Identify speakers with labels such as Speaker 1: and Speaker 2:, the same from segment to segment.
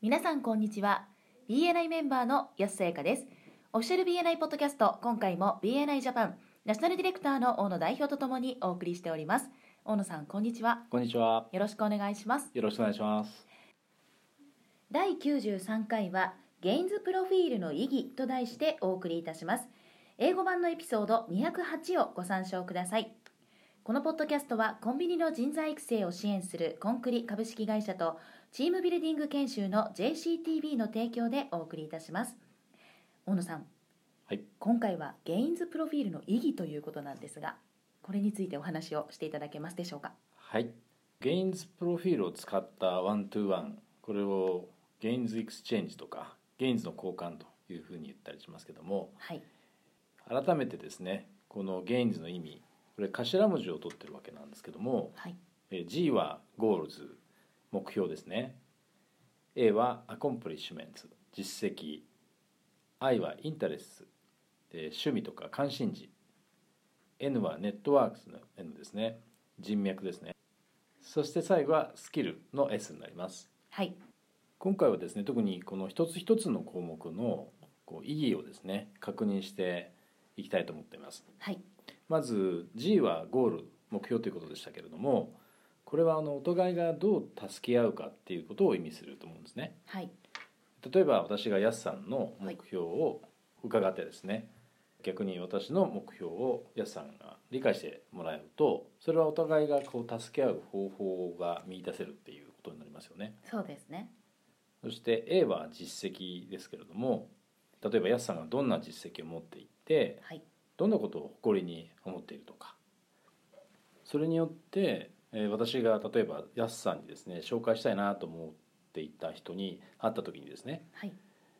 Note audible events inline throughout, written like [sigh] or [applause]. Speaker 1: 皆さんこんにちは BNI メンバーの安さやかですオフィシャル BNI ポッドキャスト今回も BNI ジャパンナショナルディレクターの大野代表とともにお送りしております大野さんこんにちは
Speaker 2: こんにちは。
Speaker 1: よろしくお願いします
Speaker 2: よろしくお願いします。
Speaker 1: 第93回は「ゲインズプロフィールの意義」と題してお送りいたします英語版のエピソード208をご参照くださいこのポッドキャストはコンビニの人材育成を支援するコンクリ株式会社とチームビルディング研修の JCTB の提供でお送りいたします大野さん
Speaker 2: はい。
Speaker 1: 今回はゲインズプロフィールの意義ということなんですがこれについてお話をしていただけますでしょうか
Speaker 2: はい。ゲインズプロフィールを使ったワントゥーワン、これをゲインズエクスチェンジとか、ゲインズの交換というふうに言ったりしますけども、
Speaker 1: はい
Speaker 2: 改めてですね、このゲインズの意味、これ頭文字を取ってるわけなんですけども、
Speaker 1: はい
Speaker 2: えー G はゴールズ、目標ですね。A はアコンプリッシュメンツ、実績。I はインタレス、えー趣味とか関心事。N はネットワークスの N ですね。人脈ですね。そして最後はスキルの S になります。
Speaker 1: はい
Speaker 2: 今回はですね、特にこの一つ一つの項目のこう意義をですね、確認していきたいと思っています。
Speaker 1: はい
Speaker 2: まず G はゴール目標ということでしたけれどもこれはあのお互いがどう助け合うかっていうことを意味すると思うんですね
Speaker 1: はい
Speaker 2: 例えば私がやすさんの目標を伺ってですね、逆に私の目標をやすさんが理解してもらえるとそれはお互いがこう助け合う方法が見出せるっていうことになりますよね
Speaker 1: そうですね
Speaker 2: そして A は実績ですけれども例えばやすさんがどんな実績を持っていて
Speaker 1: はい
Speaker 2: どんなことを誇りに思っているとかそれによって、えー私が例えばやすさんにですね紹介したいなと思っていた人に会った時にですね
Speaker 1: はい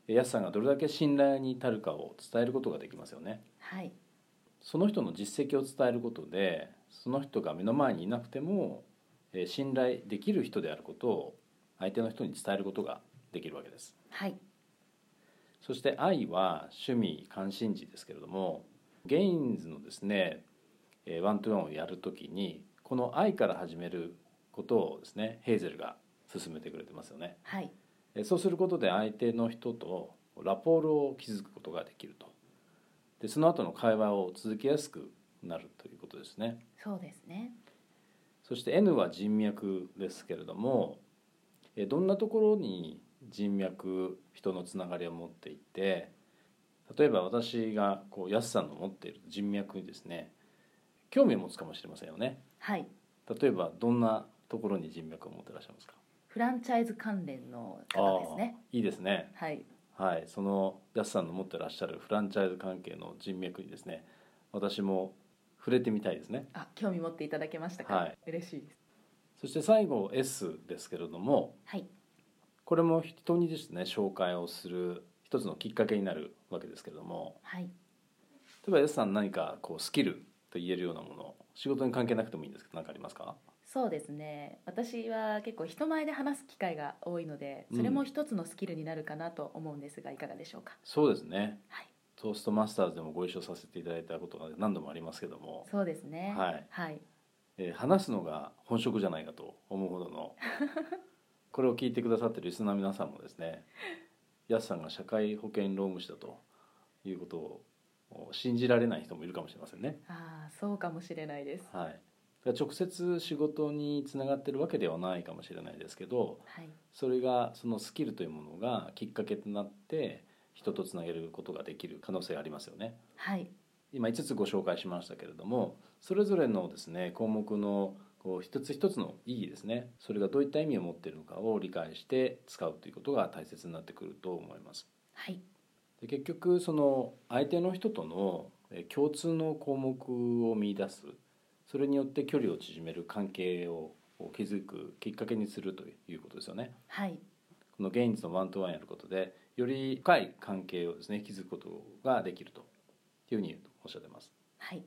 Speaker 2: やすさんがどれだけ信頼に至るかを伝えることができますよね
Speaker 1: はい
Speaker 2: その人の実績を伝えることでその人が目の前にいなくても、えー信頼できる人であることを相手の人に伝えることができるわけです
Speaker 1: はい
Speaker 2: そして愛は趣味関心事ですけれどもゲインズのですねえーワントゥーワンをやるときにこの愛から始めることをですねヘーゼルが進めてくれてますよね
Speaker 1: はい
Speaker 2: えーそうすることで相手の人とラポールを築くことができるとでその後の会話を続けやすくなるということですね
Speaker 1: そうですね
Speaker 2: そして N は人脈ですけれどもえーどんなところに人脈人のつながりを持っていて例えば私がこう安さんの持っている人脈にですね興味を持つかもしれませんよね
Speaker 1: はい
Speaker 2: 例えばどんなところに人脈を持ってらっしゃいますか
Speaker 1: フランチャイズ関連の方ですね
Speaker 2: あーいいですね
Speaker 1: はい
Speaker 2: はいその安さんの持ってらっしゃるフランチャイズ関係の人脈にですね私も触れてみたいですね
Speaker 1: あ興味持っていただけましたか、
Speaker 2: はい
Speaker 1: 嬉しいです
Speaker 2: そして最後 S ですけれども
Speaker 1: はい
Speaker 2: これも人にですね紹介をする一つのきっかけになるわけですけれども
Speaker 1: はい
Speaker 2: 例えば S さん何かこうスキルと言えるようなもの仕事に関係なくてもいいんですけど何かありますか
Speaker 1: そうですね私は結構人前で話す機会が多いのでそれも一つのスキルになるかなと思うんですがいかがでしょうか、
Speaker 2: そうですね
Speaker 1: はい
Speaker 2: トーストマスターズでもご一緒させていただいたことが何度もありますけども、
Speaker 1: そうですね
Speaker 2: はい
Speaker 1: はい、
Speaker 2: えー話すのが本職じゃないかと思うほど [laughs] のこれを聞いてくださってるリスナーの皆さんもですねやすさんが社会保険労務士だということを信じられない人もいるかもしれませんね。
Speaker 1: ああそうかもしれないです
Speaker 2: はい、だから直接仕事につながってるわけではないかもしれないですけど
Speaker 1: はい
Speaker 2: それがそのスキルというものがきっかけとなって人とつなげることができる可能性がありますよね。
Speaker 1: はい
Speaker 2: 今5つご紹介しましたけれどもそれぞれのですね項目のこう一つ一つの意義ですねそれがどういった意味を持っているのかを理解して使うということが大切になってくると思います。
Speaker 1: はい
Speaker 2: で結局その相手の人とのえー共通の項目を見出すそれによって距離を縮める関係をこう築くきっかけにするということですよね。
Speaker 1: はい
Speaker 2: このゲインズのワントワンやることでより深い関係をですね築くことができるというふうにおっしゃってます。
Speaker 1: はい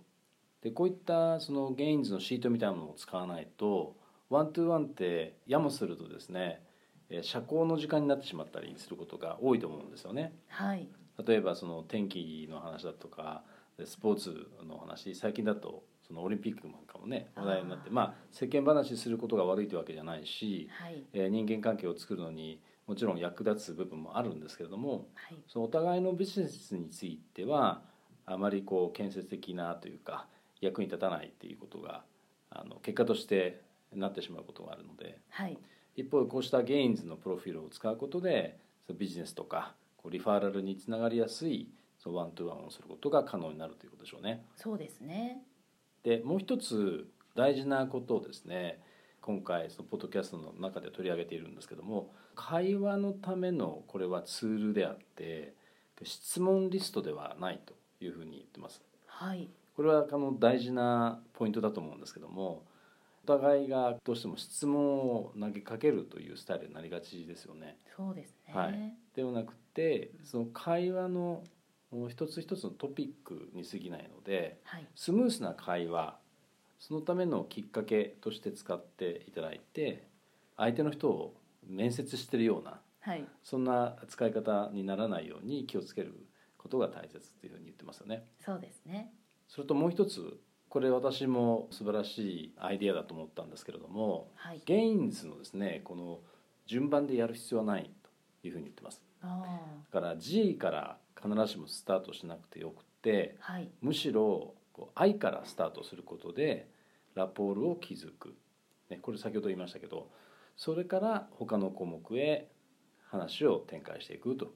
Speaker 2: でこういったそのゲインズのシートみたいなものを使わないとワントゥーワンってやもするとですねえー社交の時間になってしまったりすることが多いと思うんですよね。
Speaker 1: はい
Speaker 2: 例えばその天気の話だとかスポーツの話最近だとそのオリンピックなんかもね
Speaker 1: あー
Speaker 2: 話題になってまあ世間話することが悪いというわけじゃないし、
Speaker 1: はい
Speaker 2: えー人間関係を作るのにもちろん役立つ部分もあるんですけれども
Speaker 1: はい
Speaker 2: そのお互いのビジネスについてはあまりこう建設的なというか役に立たないっていうことがあの結果としてなってしまうことがあるので
Speaker 1: はい
Speaker 2: 一方こうしたゲインズのプロフィールを使うことでそのビジネスとかこうリファーラルにつながりやすいそのワントゥーワンをすることが可能になるということでしょうね。
Speaker 1: そうですね
Speaker 2: でもう一つ大事なことをですね今回そのポッドキャストの中で取り上げているんですけども会話のためのこれはツールであって質問リストではないというふうに言ってます。
Speaker 1: はい
Speaker 2: これはあの大事なポイントだと思うんですけどもお互いがどうしても質問を投げかけるというスタイルになりがちですよね。
Speaker 1: そうですね
Speaker 2: はいではなくてその会話の一つ一つのトピックに過ぎないので
Speaker 1: はい
Speaker 2: スムースな会話そのためのきっかけとして使っていただいて相手の人を面接してるような
Speaker 1: はい
Speaker 2: そんな使い方にならないように気をつけることが大切っていうふうに言ってますよね。
Speaker 1: そうですね
Speaker 2: それともう一つこれ私も素晴らしいアイデアだと思ったんですけれども
Speaker 1: はい
Speaker 2: ゲインズのですねこの順番でやる必要はないというふうに言ってます。
Speaker 1: あ
Speaker 2: だから G から必ずしもスタートしなくてよくて
Speaker 1: あはい
Speaker 2: むしろこう愛からスタートすることでラポールを築く、ね、これ先ほど言いましたけどそれから他の項目へ話を展開していくと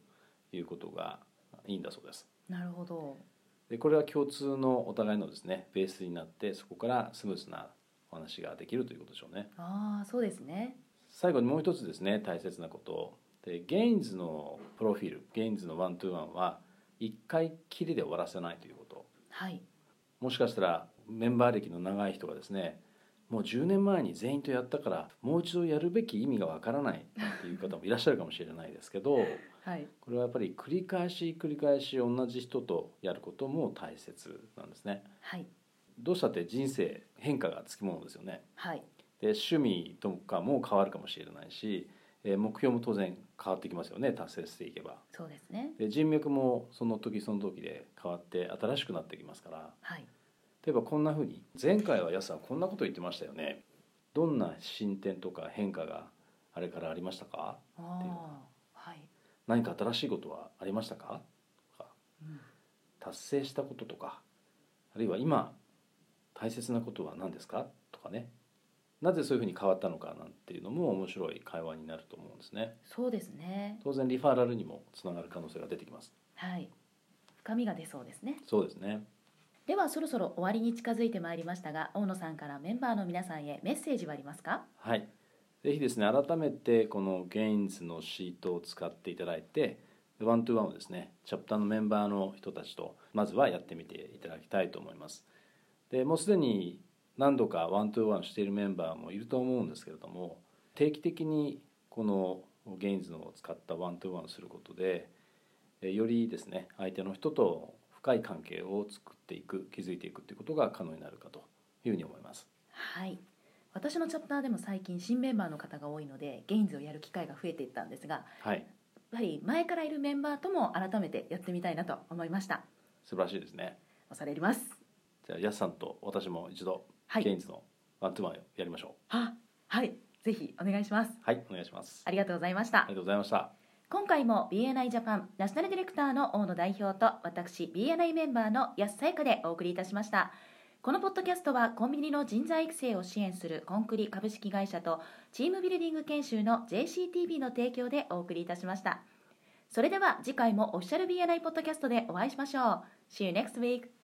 Speaker 2: いうことがいいんだそうです。
Speaker 1: なるほど
Speaker 2: でこれは共通のお互いのですねベースになってそこからスムースなお話ができるということでしょうね。
Speaker 1: ああそうですね
Speaker 2: 最後にもう一つですね大切なことでゲインズのプロフィールゲインズのワントゥーワンは1回きりで終わらせないということ
Speaker 1: はい
Speaker 2: もしかしたらメンバー歴の長い人がですねもう10年前に全員とやったからもう一度やるべき意味がわからないっていう方もいらっしゃるかもしれないですけど
Speaker 1: はい
Speaker 2: これはやっぱり繰り返し繰り返し同じ人とやることも大切なんですね
Speaker 1: はい
Speaker 2: どうしたって人生変化がつきものですよね
Speaker 1: はい
Speaker 2: で趣味とかも変わるかもしれないし、えー目標も当然変わってきますよね達成していけば
Speaker 1: そうですね
Speaker 2: で人脈もその時その時で変わって新しくなってきますから
Speaker 1: はい
Speaker 2: 例えばこんな風に前回はやすさんこんなこと言ってましたよねどんな進展とか変化があれからありましたかっていう
Speaker 1: ああはい、
Speaker 2: 何か新しいことはありましたかとか
Speaker 1: うん、
Speaker 2: 達成したこととかあるいは今大切なことは何ですかとかねなぜそういうふうに変わったのかなんていうのも面白い会話になると思うんですね
Speaker 1: そうですね
Speaker 2: 当然リファーラルにもつながる可能性が出てきます
Speaker 1: はい深みが出そうですね
Speaker 2: そうですね
Speaker 1: ではそろそろ終わりに近づいてまいりましたが大野さんからメンバーの皆さんへメッセージはありますか
Speaker 2: はいぜひですね改めてこのゲインズのシートを使っていただいてワントゥーワンをですねチャプターのメンバーの人たちとまずはやってみていただきたいと思いますでもうすでに何度かワントゥーワンしているメンバーもいると思うんですけれども定期的にこのゲインズのを使ったワントゥーワンをすることでえよりですね相手の人と深い関係を作っていく築いていくということが可能になるかというふうに思います
Speaker 1: はい私のチャプターでも最近新メンバーの方が多いのでゲインズをやる機会が増えていったんですが
Speaker 2: はい
Speaker 1: やはり前からいるメンバーとも改めてやってみたいなと思いました
Speaker 2: 素晴らしいですね
Speaker 1: 恐れ入ります
Speaker 2: じゃあやすさんと私も一度、
Speaker 1: は
Speaker 2: ゲイ
Speaker 1: い
Speaker 2: ンズのワントゥーワンをやりましょ
Speaker 1: あはいぜひお願いします
Speaker 2: うはいお願いしますあ
Speaker 1: ありがとうございました
Speaker 2: りがとうございました
Speaker 1: 今回も BNI ジャパンナショナルディレクターの大野代表と私 BNI メンバーの安さやかでお送りいたしましたこのポッドキャストはコンビニの人材育成を支援するコンクリ株式会社とチームビルディング研修の JCTV の提供でお送りいたしましたそれでは次回もオフィシャル BNI ポッドキャストでお会いしましょう See you next week!